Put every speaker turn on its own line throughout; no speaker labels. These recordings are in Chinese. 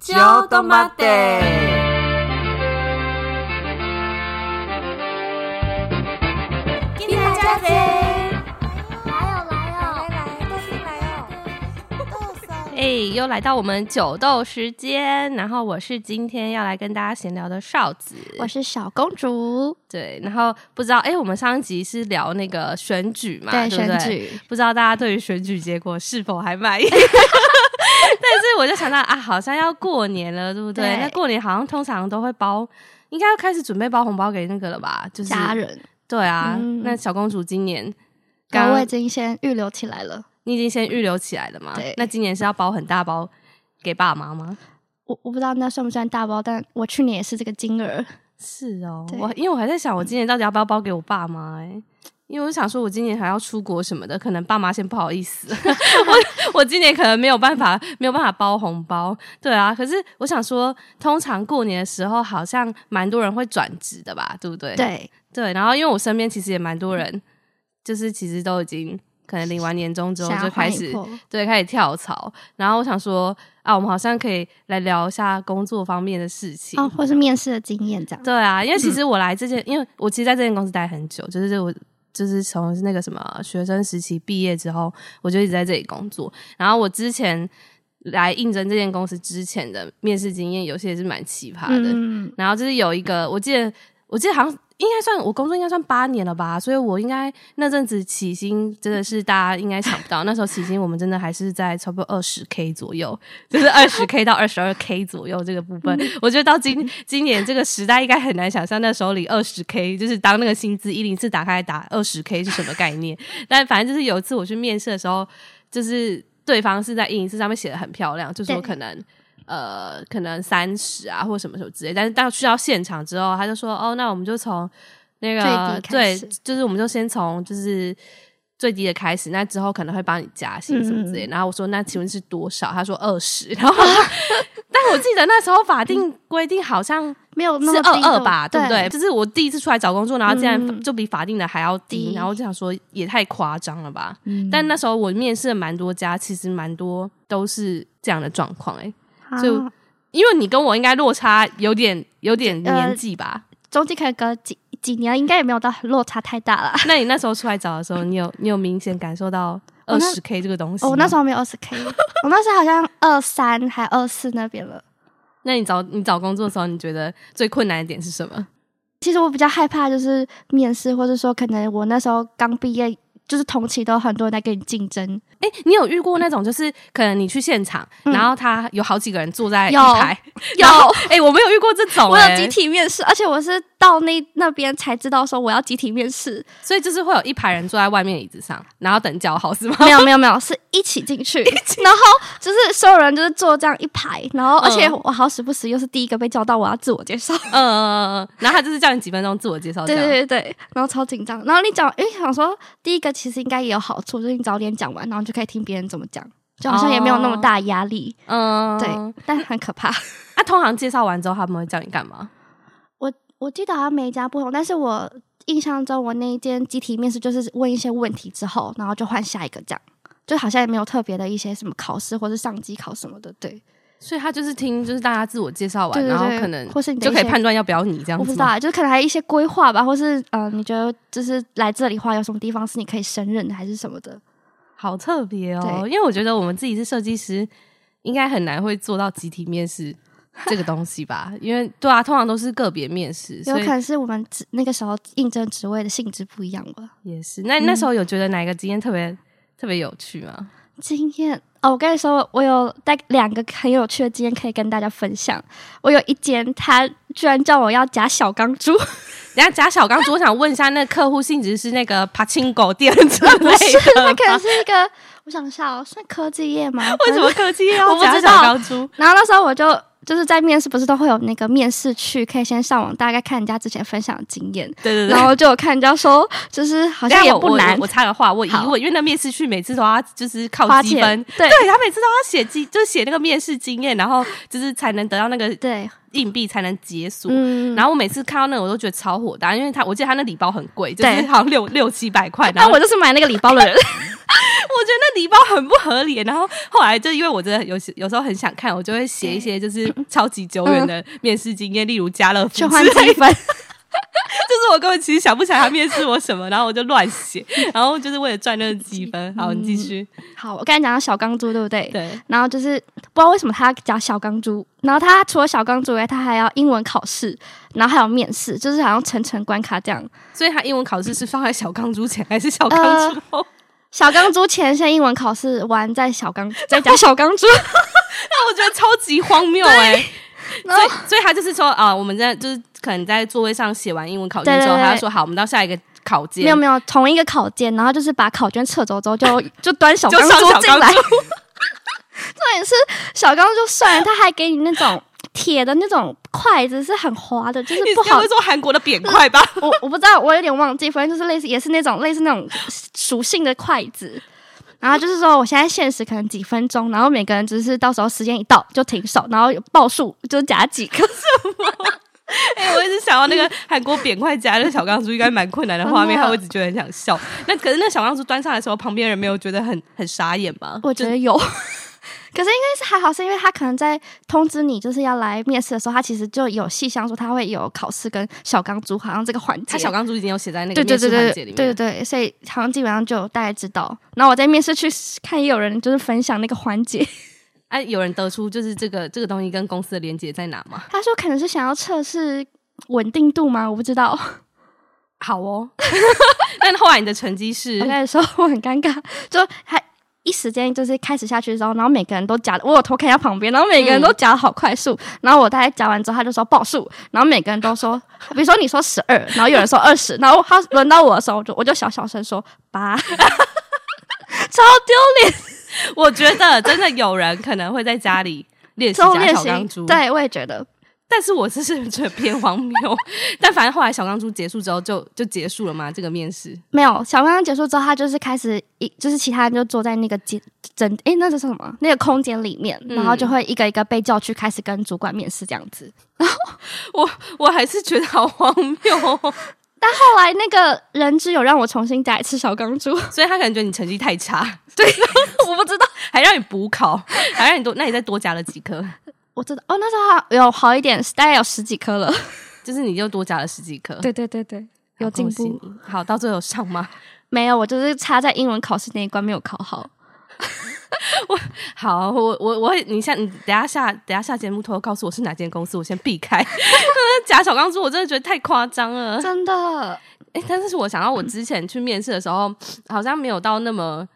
ちょっと待って。
给大家贼，
来哦来哦，
来都是来哦，
豆嫂，
哎，又来到我们酒豆时间，然后我是今天要来跟大家闲聊的少子，
我是小公主，
对，然后不知道哎，我们上一集是聊那个选举嘛，对，
选，举，
不知道大家对于选举结果是否还 满意？但是我就想到啊，好像要过年了，对不对？
对
那过年好像通常都会包，应该要开始准备包红包给那个了吧？就是
家人，
对啊，
嗯
那小公主今年
刚
刚
我已经先预留起来了，
你已经先预留起来了嘛
对？
那今年是要包很大包给爸妈吗？
我我不知道那算不算大包，但我去年也是这个金额，
是哦，
对
我因为我还在想，我今年到底要不要包给我爸妈、欸？因为我想说，我今年还要出国什么的，可能爸妈先不好意 思，我我今年可能没有办法，没有办法包红包。对啊，可是我想说，通常过年的时候，好像蛮多人会转职的吧，对不对？
对，
对，然后因为我身边其实也蛮多人，就是其实都已经可能领完年终之后
想
就
要
开
换
始
一波，
对，开始跳槽。然后我想说，啊，我们好像可以来聊一下工作方面的事情。
哦，嗯或是面试的经验这样，
对啊，因为其实我来这间，因为我其实在这间公司待很久，就是我就是从那个什么学生时期毕业之后，我就一直在这里工作。然后我之前来应征这间公司之前的面试经验，有些也是蛮奇葩的。
嗯，
然后就是有一个，我记得，我记得好像应该算我工作应该算八年了吧，所以我应该那阵子起薪真的是大家应该想不到，那时候起薪我们真的还是在差不多二十 k 左右， 就是二十 k 到二十二 k 左右这个部
嗯
分，我觉得到今今年这个时代应该很难想象那时候领二十 k，就是当那个薪资一零四打开来打二十 k 是什么概念， 但反正就是有一次我去面试的时候，就是对方是在一零四上面写的很漂亮，就说
对
可能。呃，可能三十啊，或什么什么之类。但是到去到现场之后，他就说：“哦，那我们就从那个
最低开
对
始，
就是我们就先从就是最低的开始，那之后可能会帮你加薪什么之
嗯
类。然后我说：“那请问是多少？”他说：“二十。”然后 我就，但我记得那时候法定规定好像
没有那
是
么
二
低
二
就
吧，对不对？？就是我第一次出来找工作，然后竟
嗯
然就比法定的还要低，
低嗯
然后我就想说也太夸张了吧。但那时候我面试了蛮多家，其实蛮多都是这样的状况、欸，
啊
所以我因为你跟我应该落差有点有点
呃
年纪吧？
中间可能隔几几年，应该也没有到落差太大啦。
那你那时候出来找的时候，你有你有明显感受到
我
二
那
十 K 这个东西吗？
哦，我那时候没有二十 K，我那时候好像二三还二四那边了。
那你找你找工作的时候，你觉得最困难的点是什么？
其实我比较害怕就是面试，或者说可能我那时候刚毕业，就是同期都有很多人在跟你竞争，
哎、你有遇过那种就是可能你去现场，
嗯
然后他有好几个人坐在一
有
排，然后哎、我没有遇过这种、
我
欸，
有集体面试，而且我是到那那边才知道说我要集体面试，
所以就是会有一排人坐在外面椅子上，然后等叫号是 吗？
没有没有没有，是一起 进去，然后就是所有人就是坐这样一排，然后而且
嗯
我好死不死又是第一个被叫到我要自我介绍，
嗯嗯嗯嗯，然后他就是叫你几分钟自我介绍，
对
这
对
样。
对对，然后超紧张，然后你讲，因为想说第一个其实应该也有好处，就是你早点讲完，然后就可以听别人怎么讲，就好像也没有那么大压力，
哦嗯，
对，但很可怕。
那、通常介绍完之后，他们会叫你干嘛？
我记得好像每一家不同，但是我印象中我那一间集体面试就是问一些问题之后，然后就换下一个这样，就好像也没有特别的一些什么考试或是上机考什么的，对，
所以他就是听，就是大家自我介绍完，
对对对
然后可能
或是你的
就
一
可
些
以判断要不要你这样
我不
子
知道
吗。
啊，就是可能还有一些规划吧，或是呃，你觉得就是来这里的话有什么地方是你可以胜任的，还是什么的？
好特别哦，
对
因为我觉得我们自己是设计师，应该很难会做到集体面试这个东西吧？ 因为对啊，通常都是个别面试，
有
所
可
以
能是我们职那个时候应征职位的性质不一样吧。
也是。那
嗯
那时候有觉得哪一个经验特别特别有趣吗？
经验哦，我跟你说，我有带两个很有趣的经验可以跟大家分享。我有一间，他居然叫我要夹小钢珠，
人家贾小刚说，我想问一下，那客户性质是那个爬青狗店之类的
那可能
吗？
是一个，我想一下哦，算科技业吗？
为什么客气
我
要
不
贾
知
小
道
刚出？
然后那时候我就就是在面试，不是都会有那个面试区，可以先上网大概看人家之前分享的经验，
对对对。
然后就有看人家说，就是
好
好像也不难
我我，我插个话，我疑
好
问，因为那面试去每次都要就是靠
花
积分
钱，， 对
对他每次都要写经，就是写那个面试经验，然后就是才能得到那个
对，
硬币才能解锁。
嗯。
然后我每次看到那个我都觉得超火大，因为他我记得他那礼包很贵，就是
对
好像六六七百块，然
但
后
我就是买那个礼包的
我
人，
觉得那礼包很不合理。然后后来就因为我真的有时有时候很想看，我就会写一些就是超级久远的面试经验，例如家乐福
嗯去换
之类的
积分，
就是我根本其实想不起来他面试我什么，然后我就乱写，然后就是为了赚那个积分。好，你继续。
好，我刚才讲到小钢珠，对不对？
对，
然后就是不知道为什么他讲小钢珠，然后他除了小钢珠以外，他还要英文考试，然后还有面试，就是好像层层关卡这样。
所以他英文考试是放在小钢珠前还是小
呃
钢珠后？
小钢珠前先英文考试完，再 小钢再加小钢珠，
那我觉得超级荒谬哎、
然
所以，所以他就是说啊、我们在就是可能在座位上写完英文考卷之后，
对对对
他就说好，我们到下一个考
没
阶
有，没有同一个考卷，然后就是把考卷撤走之后就，就端小
就
钢
上小
珠进来
钢。珠。
重点是小钢珠算了，他还给你那种铁的那种筷子，是很滑的，就是
你
不
不
好
会说韩国的扁块 吧？
我我不知道，我有点忘记，反正就是类似，也是那种类似那种属性的筷子。然后就是说，我现在限时可能几分钟，然后每个人只是到时候时间一到就停手，然后有报数就夹 几个。
哎、我一直想到那个韩国扁块夹那个小钢珠，应该蛮困难的画面，
真的
害我一直觉得很想笑。那可是那小钢珠端上来的时候，旁边人没有觉得很很傻眼吗？
我觉得有， 可是应该是还好，是因为他可能在通知你就是要来面试的时候，他其实就有细项说他会有考试跟小钢珠，好像这个环节。
他小钢珠已经有写在那个面
对对对
试
对
环节里
对
面。
对对，所以好像基本上就有大概知道。然后我在面试去看，也有人就是分享那个环节，
哎、有人得出就是这个这个东西跟公司的连接在哪吗？
他说可能是想要测试稳定度吗？我不知道。
好哦， 但后来你的成绩是
我开始说我很尴尬，就还一时间就是开始下去的时候，然后每个人都夹，我有偷看一下旁边，然后每个人都夹的好快速，然后我大概夹完之后，他就说报数，然后每个人都说，比如说你说十二，然后有人说二十，然后他轮到我的时候，我就我就小小声说八。 超丢脸，
我觉得真的有人可能会在家里练习
这种
夹
练
小钢
习，
珠，，
对我也觉得，
但是我是觉得偏荒谬。 但反正后来小钢珠结束之后就就结束了嘛，这个面试
没有，小刚刚结束之后，他就是开始一，就是其他人就坐在那个间整，诶，那是什么？那个空间里面，
嗯
然后就会一个一个被叫去开始跟主管面试这样子。
我还是觉得好荒谬、哦，
但后来那个人质有让我重新加一次小钢 珠，
所以他可能觉得你成绩太差，
我不知道，
还让你补考，还让你多，那你再多加了几颗，
我知道哦，那时候好有好一点，大概有十几颗了。
就是你又多加了十几颗，
对对对对，有
好，
进
恭
步
喜。你。好，到最后有上吗？
没有，我就是差在英文考试那一关没有考好。
好，我我我会，你下你等下下等下下节目偷偷告诉我是哪间公司，我先避开。 假小钢珠，我真的觉得太夸张了。
真的，
哎、但是我想到我之前去面试的时候，好像没有到那么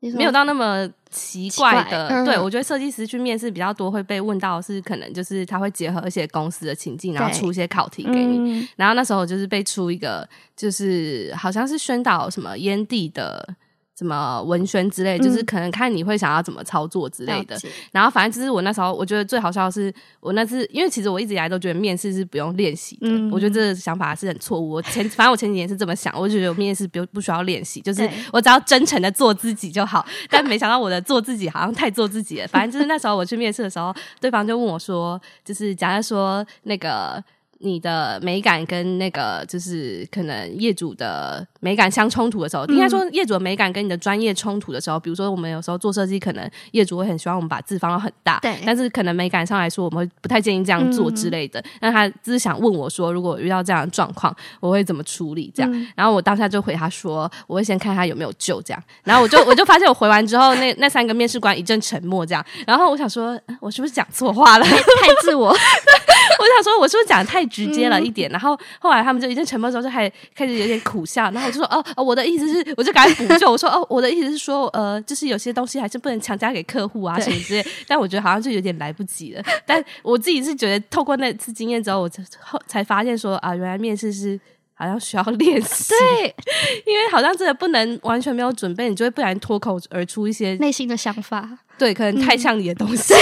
你说
没有到那么奇怪的。
奇怪嗯
对我觉得设计师去面试比较多会被问到是可能就是他会结合一些公司的情境，然后
对
出一些考题给你。
嗯，
然后那时候我就是被出一个，就是好像是宣导什么烟蒂的。什么文宣之类，
嗯
就是可能看你会想要怎么操作之类的。
了解
然后反正就是我那时候，我觉得最好笑的是，我那次因为其实我一直以来都觉得面试是不用练习的，
嗯
我觉得这个想法是很错误。我前 反正我前几年是这么想，我就觉得面试不不需要练习，就是
对
我只要真诚的做自己就好。但没想到我的做自己好像太做自己了。反正就是那时候我去面试的时候，对方就问我说，就是假如说那个。你的美感跟那个就是可能业主的美感相冲突的时候，应该说业主的美感跟你的专业冲突的时候，比如说我们有时候做设计，可能业主会很喜欢我们把字放到很大，
对
但是可能美感上来说，我们会不太建议这样做之类的。那他只是想问我说，如果我遇到这样的状况，我会怎么处理？这样，然后我当下就回他说，我会先看他有没有救这样。然后我就 我就发现我回完之后，那那三个面试官一阵沉默这样。然后我想说，嗯我是不是讲错话了？
太自我，
我想说，我是不是讲的太直接
嗯
了一点？然后后来他们就一阵沉默之后，就开始开始有点苦笑。然后我就说，哦，哦我的意思是，我就赶紧补救，我说，哦，我的意思是说，呃，就是有些东西还是不能强加给客户啊
对
什么之类。但我觉得好像就有点来不及了。但我自己是觉得，透过那次经验之后，我才后才发现说，啊，原来面试是。好像需要练习，
对
因为好像真的不能完全没有准备，你就会不然脱口而出一些
内心的想法。
对，可能太
嗯
像你的东 西。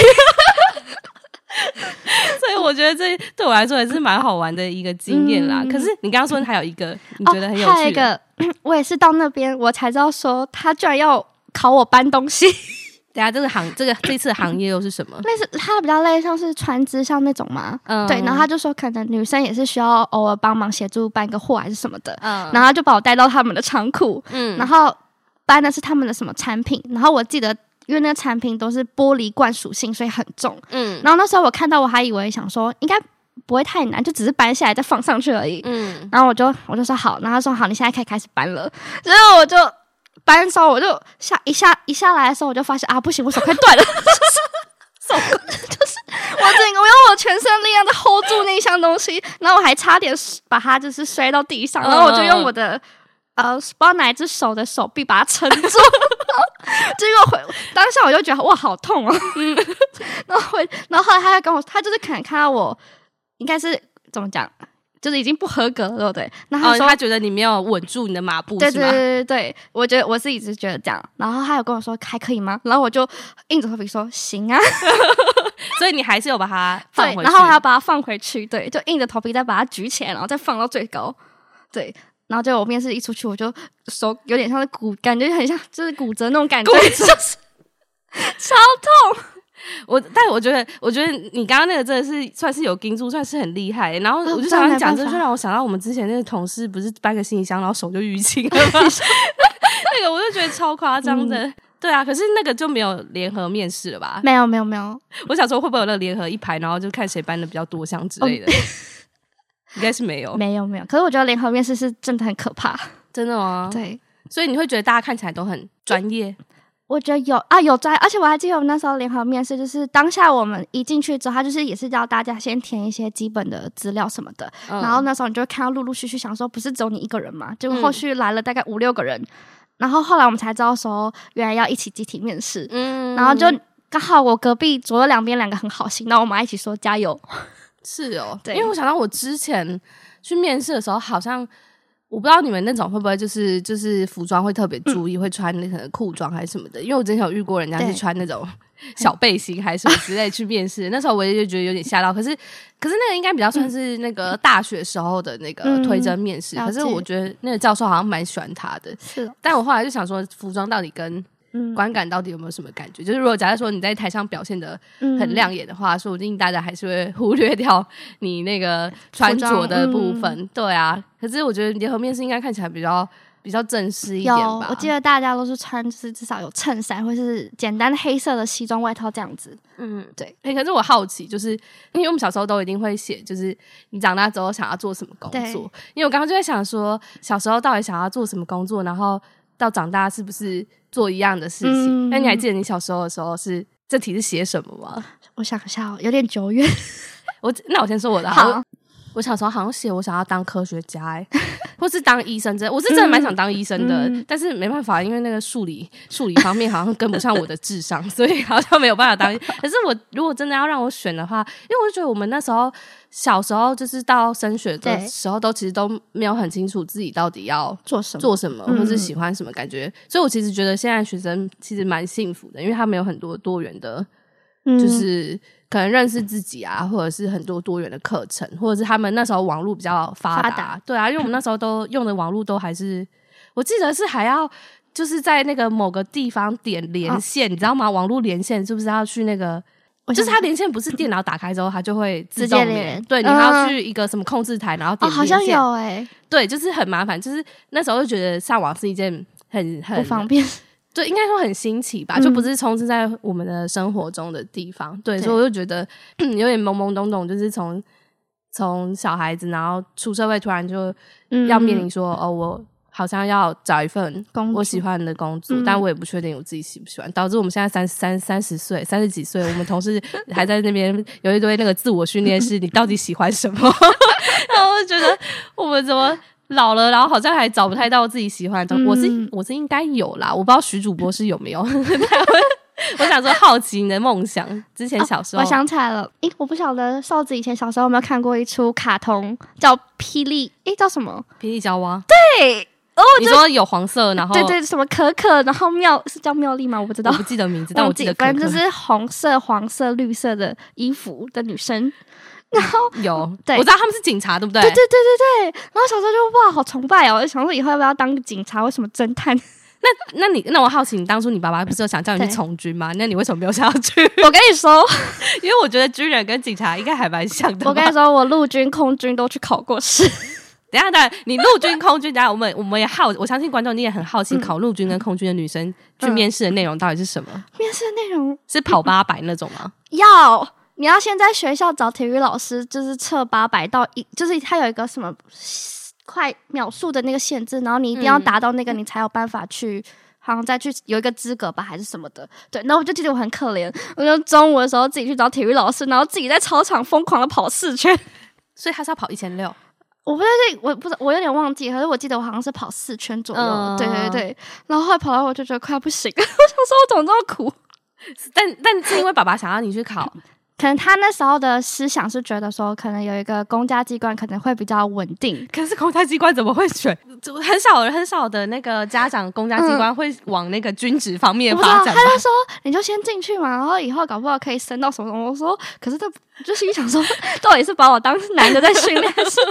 所以我觉得这对我来说也是蛮好玩的一个经验啦。
嗯
可是你刚刚说你还有一个你
哦，
觉得很有
还有
趣
一
的，
个， 我也是到那边我才知道说他居然要考我搬东西，
等一下这个行这个这次的行业又是什 么？
类似他比较类似像是传直销那种嘛。
嗯
对，然后他就说可能女生也是需要偶尔帮忙协助搬个货还是什么的，
嗯
然后他就把我带到他们的仓库，
嗯
然后搬的是他们的什么产品，然后我记得。因为那个产品都是玻璃罐属性，所以很重。
嗯
然后那时候我看到，我还以为想说应该不会太难，就只是搬下来再放上去而已。
嗯，
然后我就我就说好，然后他说好，你现在可以开始搬了。然后我就搬的时候，我就下一下一下来的时候，我就发现啊，不行，我手快 断了，手 就是我整个我用我全身力量在 hold 住那一箱东西，然后我还差点把它就是摔到地上，
嗯
然后我就用我的。呃，不知道哪一只手的手臂把它撑住，然后结果回当下我就觉得哇，好痛哦。 然后回，然后后来他还跟我，他就是可能看到我应该是怎么讲，就是已经不合格了，对不对？然后
哦，
他说、
他觉得你没有稳住你的马步，
对
是
对对
吗？
对对，我觉得我是一直觉得这样，然后他有跟我说还可以吗？然后我就硬着头皮说行啊，
所以你还是有把它放
对，
回去。
然后我还要把它放回去，对，就硬着头皮再把它举起来，然后再放到最高，对。然后就我面试一出去，我就手有点像是骨，感觉很像就是骨折那种感觉，就是 超痛。
我，但我觉得，我觉得你刚刚那个真的是算是有盯住，算是很厉害、然后
哦
我就想
真的
要讲
没
这，
办法
就让我想到我们之前那个同事，不是搬个行李箱，然后手就淤青了 吗？ 那个我就觉得超夸张
嗯
的。对啊，可是那个就没有联合面试了吧？
没有没有没有，
我想说会不会有那个联合一排，然后就看谁搬的比较多箱之类的， 应该是没有，
哦没有没有。可是我觉得联合面试是真的很可怕。
真的吗？
对，
所以你会觉得大家看起来都很专业，
我觉得有啊有在，而且我还记得我们那时候联合面试，就是当下我们一进去之后，他就是也是叫大家先填一些基本的资料什么的。
嗯
然后那时候你就会看到陆陆续续想说，不是只有你一个人嘛？结果
嗯
后续来了大概五六个人，然后后来我们才知道说，原来要一起集体面试。
嗯
然后就刚好我隔壁左右两边两个很好心，那我们还一起说加油。
是哦，
对
因为我想到我之前去面试的时候，好像我不知道你们那种会不会就是就是服装会特别注意，会穿那可能裤装还是什么的。因为我之前有遇过人家
嗯对
是穿那 种小背心还是什么之类去面试，那时候我也就觉得有点吓到。可是可是那个应该比较算是那个大学时候的那个
嗯
推甄面试，
了
可是
解
我觉得那个教授好像蛮喜欢他的。
是，哦
但我后来就想说，服装到底跟
嗯
观感到底有没有什么感觉？就是如果假设说你在台上表现的
嗯
很亮眼的话，说不定大家还是会忽略掉你那个穿着的部
嗯
分。对啊，可是我觉得联合面试应该看起来比较比较正式一点
有，
吧。
我记得大家都是穿，就是至少有衬衫或是简单的黑色的西装外套这样子。
嗯，
对。
哎、可是我好奇，就是因为我们小时候都一定会写，就是你长大之后想要做什么工
对
作。因为我刚刚就在想说，小时候到底想要做什么工作，然后到长大是不是做一样的事情？
嗯
那、你还记得你小时候的时候是这题是写什么吗？
我想一下、哦，有点久远。
我那我先说我的啊
好
我我小时候好像写我想要当科学家、欸，或是当医生之类，我是真的蛮想当医生的，
嗯嗯
但是没办法，因为那个数理数理方面好像跟不上我的智商，所以好像没有办法当医。可是我如果真的要让我选的话，因为我就觉得我们那时候小时候就是到升学的
对
时候，都其实都没有很清楚自己到底要
做什么？
做什么，
嗯
或是喜欢什么感觉。所以我其实觉得现在学生其实蛮幸福的，因为他们有很多多元的
嗯
就是可能认识自己啊，或者是很多多元的课程，或者是他们那时候网络比较发达，
发达
对啊，因为我们那时候都用的网络都还是，我记得是还要就是在那个某个地方点连线，你知道吗？网络连线是不是要去那个？
啊我
就是
想
它连线不是电脑打开之后，它就会自
直接
动连，
连
对，你还要
嗯
去一个什么控制台，然后
哦，
点
好
连
像
线，
有哎、
对，就是很麻烦，就是那时候就觉得上网是一件很很
不方便。
就应该说很新奇吧，
嗯
就不是充斥在我们的生活中的地方。对，
对
所以我就觉得 有点懵懵懂懂，就是从从小孩子，然后出社会，突然就
嗯
要面临说，哦，我好像要找一份
工作
我喜欢的工作，
嗯
但我也不确定我自己喜不喜欢，导致我们现在三三三十岁、三十几岁，我们同 事还在那边有一堆那个自我训练是你到底喜欢什 么？ 然后我就觉得我们怎么老了，然后好像还找不太到自己喜欢的东西。
嗯
我是我是应该有啦，我不知道徐主播是有没 有。我想说，好奇你的梦想，之前小时候，
哦我想起来了，诶、我不晓得哨子以前小时候有没有看过一出卡通叫《霹雳》，诶、叫什么？
霹雳娇娃，
对，
你说有黄色，然后
对对，什么可可，然后妙是叫妙丽吗？我不知道
我，不记得名字，但我
忘
记
记
得可
反正
可
就是红色、黄色、绿色的衣服的女生。
有，
对
我知道他们是警 察，对不对？
对对对对对，然后小时候就哇，好崇拜哦！我就想说以后要不要当个警察或什么侦探？
那你那我好奇，你当初你爸爸不是有想叫你去
对
从军吗？那你为什么没有想要去？
我跟你说，
因 为我觉得军人跟警察应该还蛮像的吧。
我跟你说，我陆军、空军都去考过试。
等一下，等一下，你陆军、空军，等一下我们我们也好，我相信观众你也很好奇，考陆军跟空军的女生去
嗯
面试的内容到底是什么？
面试内容
是跑八百那种吗？
要你要先在学校找体育老师，就是测八百到一，就是他有一个什么快秒数的那个限制，然后你一定要
嗯
达到那个，你才有办法去。好像再去有一个资格吧，还是什么的？对，然后我就记得我很可怜，我就中午的时候自己去找体育老师，然后自己在操场疯狂的跑四圈。
所以他是要跑一千六，
我不知道，我不知道，我有点忘记，可是我记得我好像是跑四圈左右。
嗯
对对对，然后后来跑到我就觉得快要不行了，我 想说我怎么这么苦？
但但是因为爸爸想要你去 考，
可能他那时候的思想是觉得说，可能有一个公家机关可能会比较稳定。
可是公家机关怎么会选？ 嗯就很少很少的那个家长公家机关会往那个军职方面
我不知道，
发
他
展吧。
就说你就先进去嘛，然后以后搞不好可以升到什么什么。我说，可是他就是一想说， 到底是把我当男的在训练，还是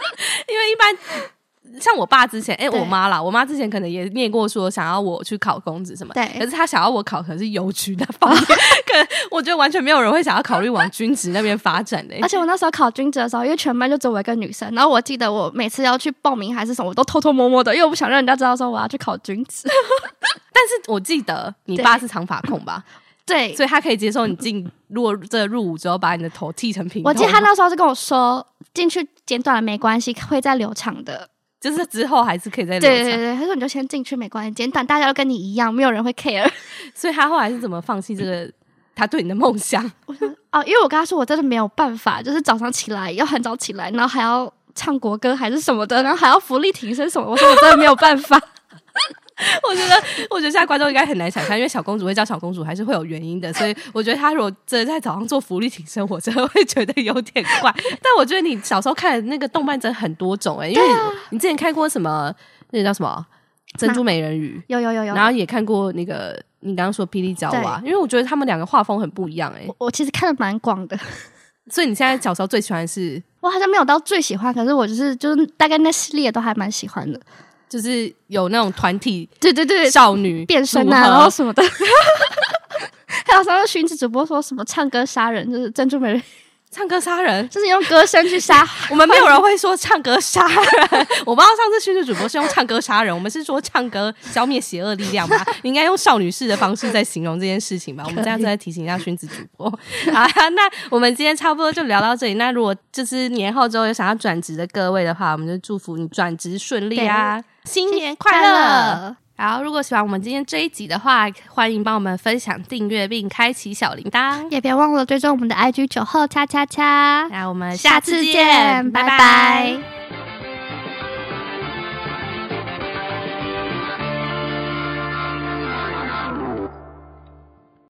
因为一般像我爸之前，哎、
对
我妈啦，我妈之前可能也念过说想要我去考公职什么，
对
可是她想要我考可是邮局那方面， 可能我觉得完全没有人会想要考虑往军职那边发展的、
而且我那时候考军职的时候，因为全班就只有我一个女生，然后我记得我每次要去报名还是什么，我都偷偷摸摸的，因为我不想让人家知道说我要去考军职。
但是我记得你
对
爸是长发控吧，
对，
所以他可以接受你进如果这入伍之后把你的头剃成平头，
我记得他那时候是跟我说，进去剪短了没关系，会再留长的。
就是之后还是可以再
对
留
对
长
对，对他说你就先进去没关系，剪短大家都跟你一样，没有人会 care。
所以他后来是怎么放弃这个他对你的梦想？
哦，因为我跟他说我真的没有办法，就是早上起来要很早起来，然后还要唱国歌还是什么的，然后还要福利挺身什么，我说我真的没有办法。
我觉得，我觉得现在观众应该很难想象，因为小公主会叫小公主，还是会有原因的。所以我觉得她如果真的在早上做福利挺身，我真的会觉得有点怪。但我觉得你小时候看的那个动漫真的很多种哎、因为你,、
啊
之前看过什么，那个叫什么《珍珠美人鱼
有有有》，有，
然后也看过那个你刚刚说《霹雳娇娃》，因为我觉得他们两个画风很不一样哎、
我我其实看的蛮广的。
所以你现在小时候最喜欢的是
我好像没有到最喜欢，可是我就是就是大概那系列都还蛮喜欢的。
就是有那种团体
对对对，
少女
变身
组合
啊，然后什么的。 还有上次寻子主播说什么唱歌杀人，就是珍珠美人，
唱歌杀人，
就是用歌声去杀。
我们没有人会说唱歌杀人， 我不知道上次叙事主播是用唱歌杀人，我们是说唱歌消灭邪恶力量吧？ 你应该用少女式的方式在形容这件事情吧？我们这样子在提醒一下薰子主播 啊。那我们今天差不多就聊到这里。那如果就是年后之后有想要转职的各位的话，我们就祝福你转职顺利啊，新年快乐！！好，如果喜欢我们今天这一集的话，欢迎帮我们分享、订阅并开启小铃铛。
也别忘了追踪我们的 IG 九后恰恰恰。
那我们
呃下
下
次
次
见，
见，
拜
拜
拜
拜